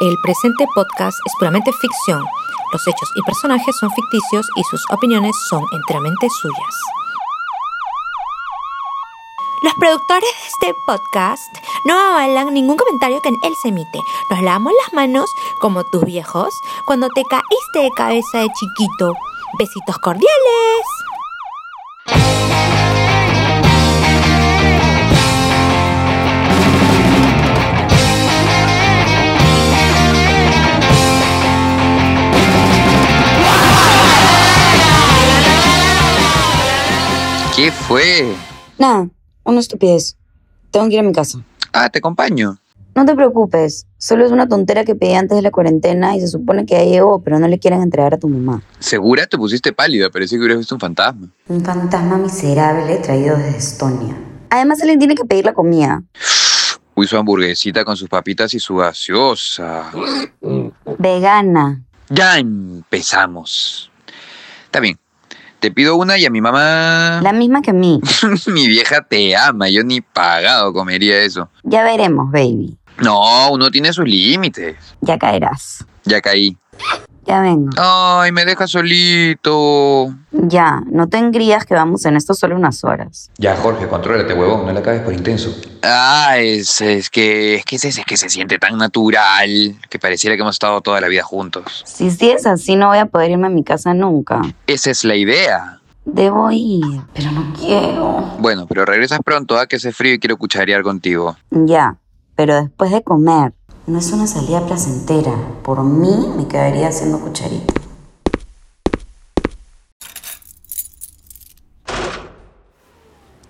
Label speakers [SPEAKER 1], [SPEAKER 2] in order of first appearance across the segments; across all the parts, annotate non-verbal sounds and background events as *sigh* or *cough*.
[SPEAKER 1] El presente podcast es puramente ficción. Los hechos y personajes son ficticios y sus opiniones son enteramente suyas. Los productores de este podcast no avalan ningún comentario que en él se emite. Nos lavamos las manos como tus viejos cuando te caíste de cabeza de chiquito. Besitos cordiales.
[SPEAKER 2] ¿Qué fue?
[SPEAKER 3] Nada, una estupidez. Tengo que ir a mi casa.
[SPEAKER 2] Ah, te acompaño.
[SPEAKER 3] No te preocupes, solo es una tontera que pedí antes de la cuarentena y se supone que ya llegó, pero no le quieren entregar a tu mamá.
[SPEAKER 2] ¿Segura te pusiste pálida? Parecía que hubieras visto un fantasma.
[SPEAKER 3] Un fantasma miserable traído desde Estonia. Además, alguien tiene que pedir la comida.
[SPEAKER 2] Uy, su hamburguesita con sus papitas y su gaseosa.
[SPEAKER 3] Vegana.
[SPEAKER 2] Ya empezamos. Está bien. Te pido una y a mi mamá...
[SPEAKER 3] La misma que a mí.
[SPEAKER 2] *laughs* mi vieja te ama. Yo ni pagado comería eso.
[SPEAKER 3] Ya veremos, baby.
[SPEAKER 2] No, uno tiene sus límites.
[SPEAKER 3] Ya caerás.
[SPEAKER 2] Ya caí.
[SPEAKER 3] Ya vengo.
[SPEAKER 2] Ay, me deja solito.
[SPEAKER 3] Ya, no te engrías que vamos en esto solo unas horas.
[SPEAKER 2] Ya, Jorge, contrólate, huevón. No la acabes por intenso. Ah, es, es que es que, es, es que se siente tan natural que pareciera que hemos estado toda la vida juntos.
[SPEAKER 3] Si sigues así, no voy a poder irme a mi casa nunca.
[SPEAKER 2] Esa es la idea.
[SPEAKER 3] Debo ir, pero no quiero.
[SPEAKER 2] Bueno, pero regresas pronto, a que hace frío y quiero cucharear contigo.
[SPEAKER 3] Ya, pero después de comer. No es una salida placentera. Por mí me quedaría haciendo cucharita.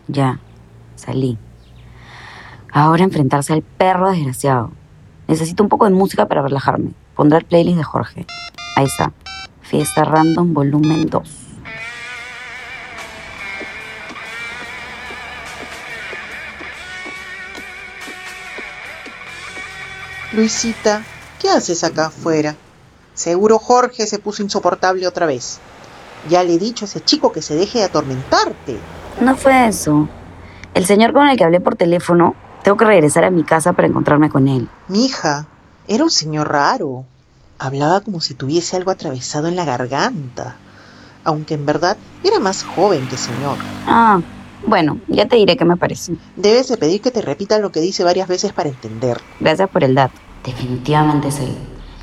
[SPEAKER 3] Ya, salí. Ahora enfrentarse al perro desgraciado. Necesito un poco de música para relajarme. Pondré el playlist de Jorge. Ahí está. Fiesta Random Volumen 2.
[SPEAKER 4] Luisita, ¿qué haces acá afuera? Seguro Jorge se puso insoportable otra vez. Ya le he dicho a ese chico que se deje de atormentarte.
[SPEAKER 3] No fue eso. El señor con el que hablé por teléfono, tengo que regresar a mi casa para encontrarme con él.
[SPEAKER 4] Mija, era un señor raro. Hablaba como si tuviese algo atravesado en la garganta. Aunque en verdad era más joven que señor.
[SPEAKER 3] Ah, bueno, ya te diré qué me parece.
[SPEAKER 4] Debes de pedir que te repita lo que dice varias veces para entender.
[SPEAKER 3] Gracias por el dato. Definitivamente es él.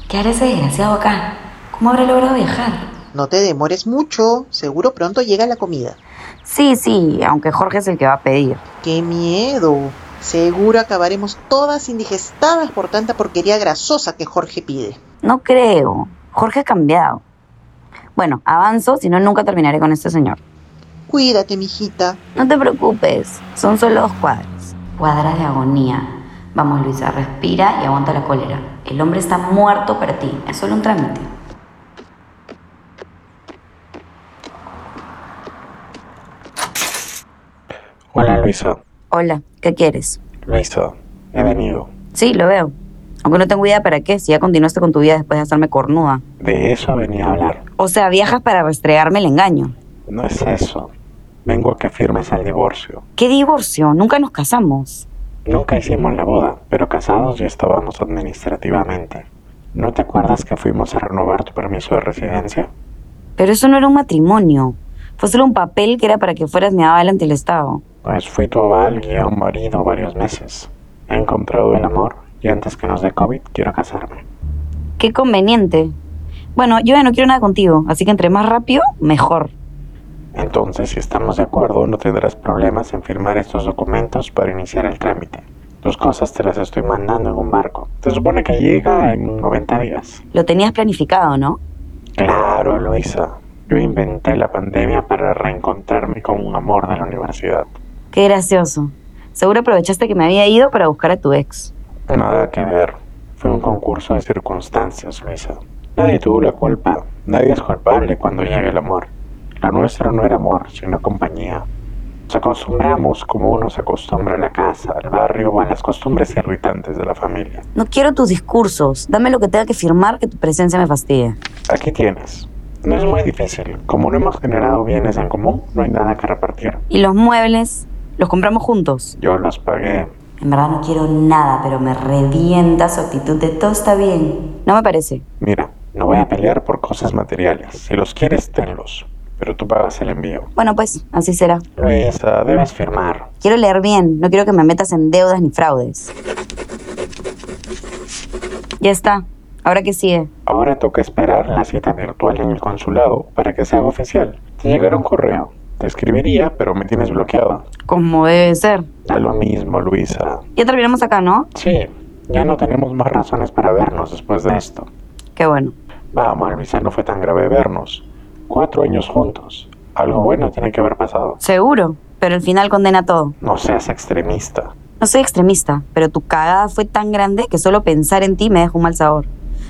[SPEAKER 3] ¿Qué hará ese desgraciado acá? ¿Cómo habrá logrado viajar?
[SPEAKER 4] No te demores mucho, seguro pronto llega la comida.
[SPEAKER 3] Sí, sí, aunque Jorge es el que va a pedir.
[SPEAKER 4] ¡Qué miedo! Seguro acabaremos todas indigestadas por tanta porquería grasosa que Jorge pide.
[SPEAKER 3] No creo. Jorge ha cambiado. Bueno, avanzo, si no, nunca terminaré con este señor.
[SPEAKER 4] Cuídate, mijita.
[SPEAKER 3] No te preocupes, son solo dos cuadras. Cuadras de agonía. Vamos, Luisa, respira y aguanta la cólera. El hombre está muerto para ti, es solo un trámite.
[SPEAKER 5] Hola Luisa,
[SPEAKER 3] Hola, ¿qué quieres?
[SPEAKER 5] Luisa, he venido.
[SPEAKER 3] Sí, lo veo. Aunque no tengo idea para qué, si ya continuaste con tu vida después de hacerme cornuda.
[SPEAKER 5] De eso venía a hablar.
[SPEAKER 3] O sea, viajas para restregarme el engaño.
[SPEAKER 5] No es eso. Vengo a que firmes el divorcio.
[SPEAKER 3] ¿Qué divorcio? Nunca nos casamos.
[SPEAKER 5] Nunca hicimos la boda, pero casados ya estábamos administrativamente. ¿No te acuerdas que fuimos a renovar tu permiso de residencia?
[SPEAKER 3] Pero eso no era un matrimonio. Fue solo un papel que era para que fueras mi aval ante el Estado.
[SPEAKER 5] Pues fui tu aval y un marido varios meses. He encontrado el amor y antes que nos dé COVID quiero casarme.
[SPEAKER 3] Qué conveniente. Bueno, yo ya no quiero nada contigo, así que entre más rápido, mejor.
[SPEAKER 5] Entonces, si estamos de acuerdo, no tendrás problemas en firmar estos documentos para iniciar el trámite. Tus cosas te las estoy mandando en un barco. Se supone que llega en 90 días.
[SPEAKER 3] Lo tenías planificado, ¿no?
[SPEAKER 5] Claro, Luisa. Yo inventé la pandemia para reencontrarme con un amor de la universidad.
[SPEAKER 3] Qué gracioso. Seguro aprovechaste que me había ido para buscar a tu ex.
[SPEAKER 5] Nada que ver. Fue un concurso de circunstancias, Luisa. Nadie tuvo la culpa. Nadie es culpable cuando llega el amor. Lo nuestro no era amor, sino compañía. Nos acostumbramos como uno se acostumbra a la casa, al barrio o a las costumbres irritantes de la familia.
[SPEAKER 3] No quiero tus discursos. Dame lo que tenga que firmar que tu presencia me fastidia.
[SPEAKER 5] Aquí tienes. No es muy difícil. Como no hemos generado bienes en común, no hay nada que repartir.
[SPEAKER 3] ¿Y los muebles? ¿Los compramos juntos?
[SPEAKER 5] Yo los pagué.
[SPEAKER 3] En verdad no quiero nada, pero me revienta su actitud de todo está bien. No me parece.
[SPEAKER 5] Mira, no voy a pelear por cosas materiales. Si los quieres, tenlos. Pero tú pagas el envío.
[SPEAKER 3] Bueno, pues, así será.
[SPEAKER 5] Luisa, debes firmar.
[SPEAKER 3] Quiero leer bien, no quiero que me metas en deudas ni fraudes. Ya está. Ahora que sigue.
[SPEAKER 5] Ahora toca esperar la cita virtual en el consulado para que se haga oficial. Te llegará un correo. Te escribiría, pero me tienes bloqueado.
[SPEAKER 3] Como debe ser.
[SPEAKER 5] Da lo mismo, Luisa.
[SPEAKER 3] Ya terminamos acá, ¿no?
[SPEAKER 5] Sí, ya no tenemos más razones para vernos después de esto.
[SPEAKER 3] Qué bueno.
[SPEAKER 5] Vamos, Luisa, no fue tan grave vernos. Cuatro años juntos. Algo bueno tiene que haber pasado.
[SPEAKER 3] Seguro. Pero el final condena todo.
[SPEAKER 5] No seas extremista.
[SPEAKER 3] No soy extremista, pero tu cagada fue tan grande que solo pensar en ti me deja un mal sabor.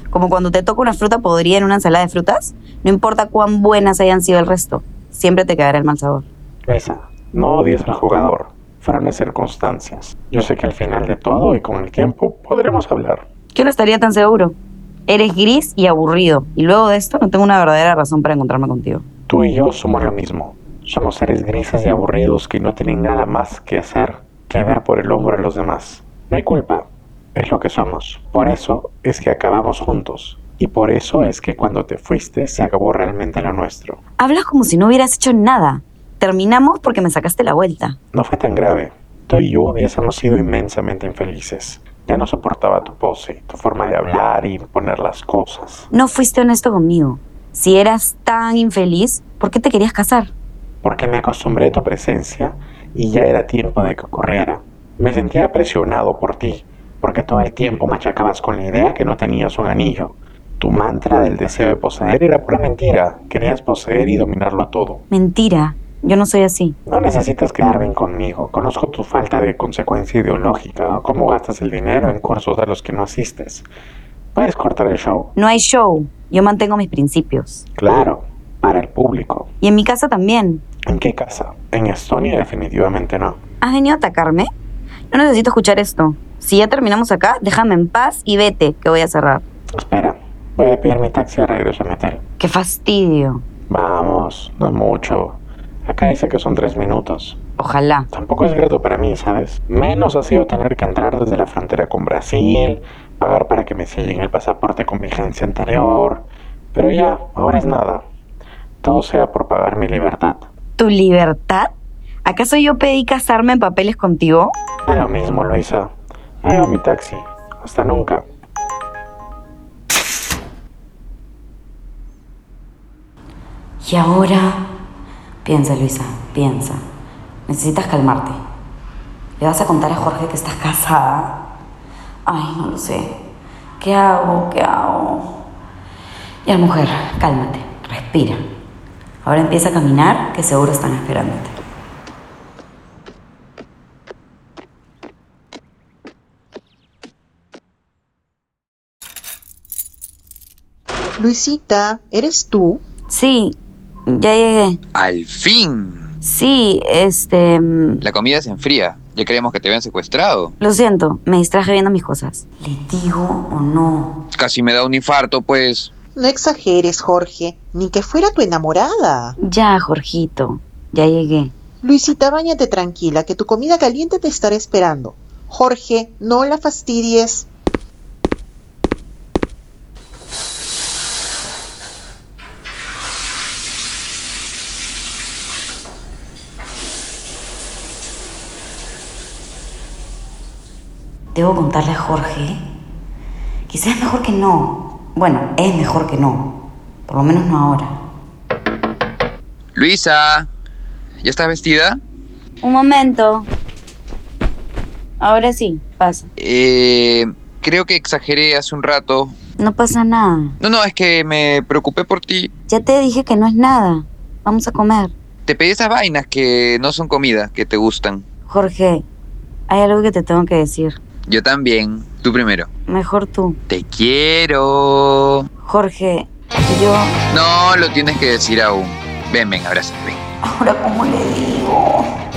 [SPEAKER 3] Como cuando te toca una fruta podrida en una ensalada de frutas, no importa cuán buenas hayan sido el resto, siempre te quedará el mal sabor.
[SPEAKER 5] Luisa, no odies al jugador. Fueron las circunstancias. Yo sé que al final de todo y con el tiempo podremos hablar.
[SPEAKER 3] Yo no estaría tan seguro. Eres gris y aburrido, y luego de esto no tengo una verdadera razón para encontrarme contigo.
[SPEAKER 5] Tú y yo somos lo mismo. Somos seres grises y aburridos que no tienen nada más que hacer que ver por el hombro a los demás. No hay culpa. Es lo que somos. Por eso es que acabamos juntos. Y por eso es que cuando te fuiste se acabó realmente lo nuestro.
[SPEAKER 3] Hablas como si no hubieras hecho nada. Terminamos porque me sacaste la vuelta.
[SPEAKER 5] No fue tan grave. Tú y yo hubiésemos sido inmensamente infelices. Ya no soportaba tu pose, tu forma de hablar y poner las cosas.
[SPEAKER 3] No fuiste honesto conmigo. Si eras tan infeliz, ¿por qué te querías casar?
[SPEAKER 5] Porque me acostumbré a tu presencia y ya era tiempo de que ocurriera. Me sentía presionado por ti, porque todo el tiempo machacabas con la idea que no tenías un anillo. Tu mantra del deseo de poseer era pura mentira. Querías poseer y dominarlo todo.
[SPEAKER 3] Mentira, yo no soy así.
[SPEAKER 5] No necesitas quedar bien conmigo. Conozco tu falta de consecuencia ideológica, o cómo gastas el dinero en cursos a los que no asistes. Puedes cortar el show.
[SPEAKER 3] No hay show, yo mantengo mis principios.
[SPEAKER 5] Claro, para el público.
[SPEAKER 3] Y en mi casa también.
[SPEAKER 5] ¿En qué casa? En Estonia definitivamente no.
[SPEAKER 3] ¿Has venido a atacarme? No necesito escuchar esto. Si ya terminamos acá, déjame en paz y vete, que voy a cerrar.
[SPEAKER 5] Espera, voy a pedir mi taxi de regreso a mi hotel.
[SPEAKER 3] Qué fastidio.
[SPEAKER 5] Vamos, no es mucho. Acá dice que son tres minutos.
[SPEAKER 3] Ojalá.
[SPEAKER 5] Tampoco es grato para mí, ¿sabes? Menos ha sido tener que entrar desde la frontera con Brasil, pagar para que me sellen el pasaporte con vigencia anterior. Pero ya, ahora es nada. Todo sea por pagar mi libertad.
[SPEAKER 3] ¿Tu libertad? ¿Acaso yo pedí casarme en papeles contigo?
[SPEAKER 5] Da lo mismo, Luisa. Ahí va mi taxi. Hasta nunca.
[SPEAKER 3] Y ahora... Piensa, Luisa, piensa. Necesitas calmarte. ¿Le vas a contar a Jorge que estás casada? Ay, no lo sé. ¿Qué hago? ¿Qué hago? Ya, mujer, cálmate, respira. Ahora empieza a caminar, que seguro están esperándote.
[SPEAKER 4] Luisita, ¿eres tú?
[SPEAKER 3] Sí, ya llegué.
[SPEAKER 2] ¡Al fin!
[SPEAKER 3] Sí, este... mm,
[SPEAKER 2] La comida se enfría. Ya creemos que te habían secuestrado.
[SPEAKER 3] Lo siento, me distraje viendo mis cosas. ¿Le digo o no?
[SPEAKER 2] Casi me da un infarto, pues.
[SPEAKER 4] No exageres, Jorge, ni que fuera tu enamorada.
[SPEAKER 3] Ya, Jorgito, ya llegué.
[SPEAKER 4] Luisita, bañate tranquila, que tu comida caliente te estará esperando. Jorge, no la fastidies.
[SPEAKER 3] ¿Debo contarle a Jorge? Quizás es mejor que no. Bueno, es mejor que no. Por lo menos no ahora.
[SPEAKER 2] Luisa, ¿ya estás vestida?
[SPEAKER 3] Un momento. Ahora sí, pasa.
[SPEAKER 2] Eh, creo que exageré hace un rato.
[SPEAKER 3] No pasa nada.
[SPEAKER 2] No, no, es que me preocupé por ti.
[SPEAKER 3] Ya te dije que no es nada. Vamos a comer.
[SPEAKER 2] Te pedí esas vainas que no son comida, que te gustan.
[SPEAKER 3] Jorge, hay algo que te tengo que decir.
[SPEAKER 2] Yo también. Tú primero.
[SPEAKER 3] Mejor tú.
[SPEAKER 2] Te quiero.
[SPEAKER 3] Jorge, yo...
[SPEAKER 2] No lo tienes que decir aún. Ven, ven, abraza, ven.
[SPEAKER 3] Ahora, ¿cómo le digo?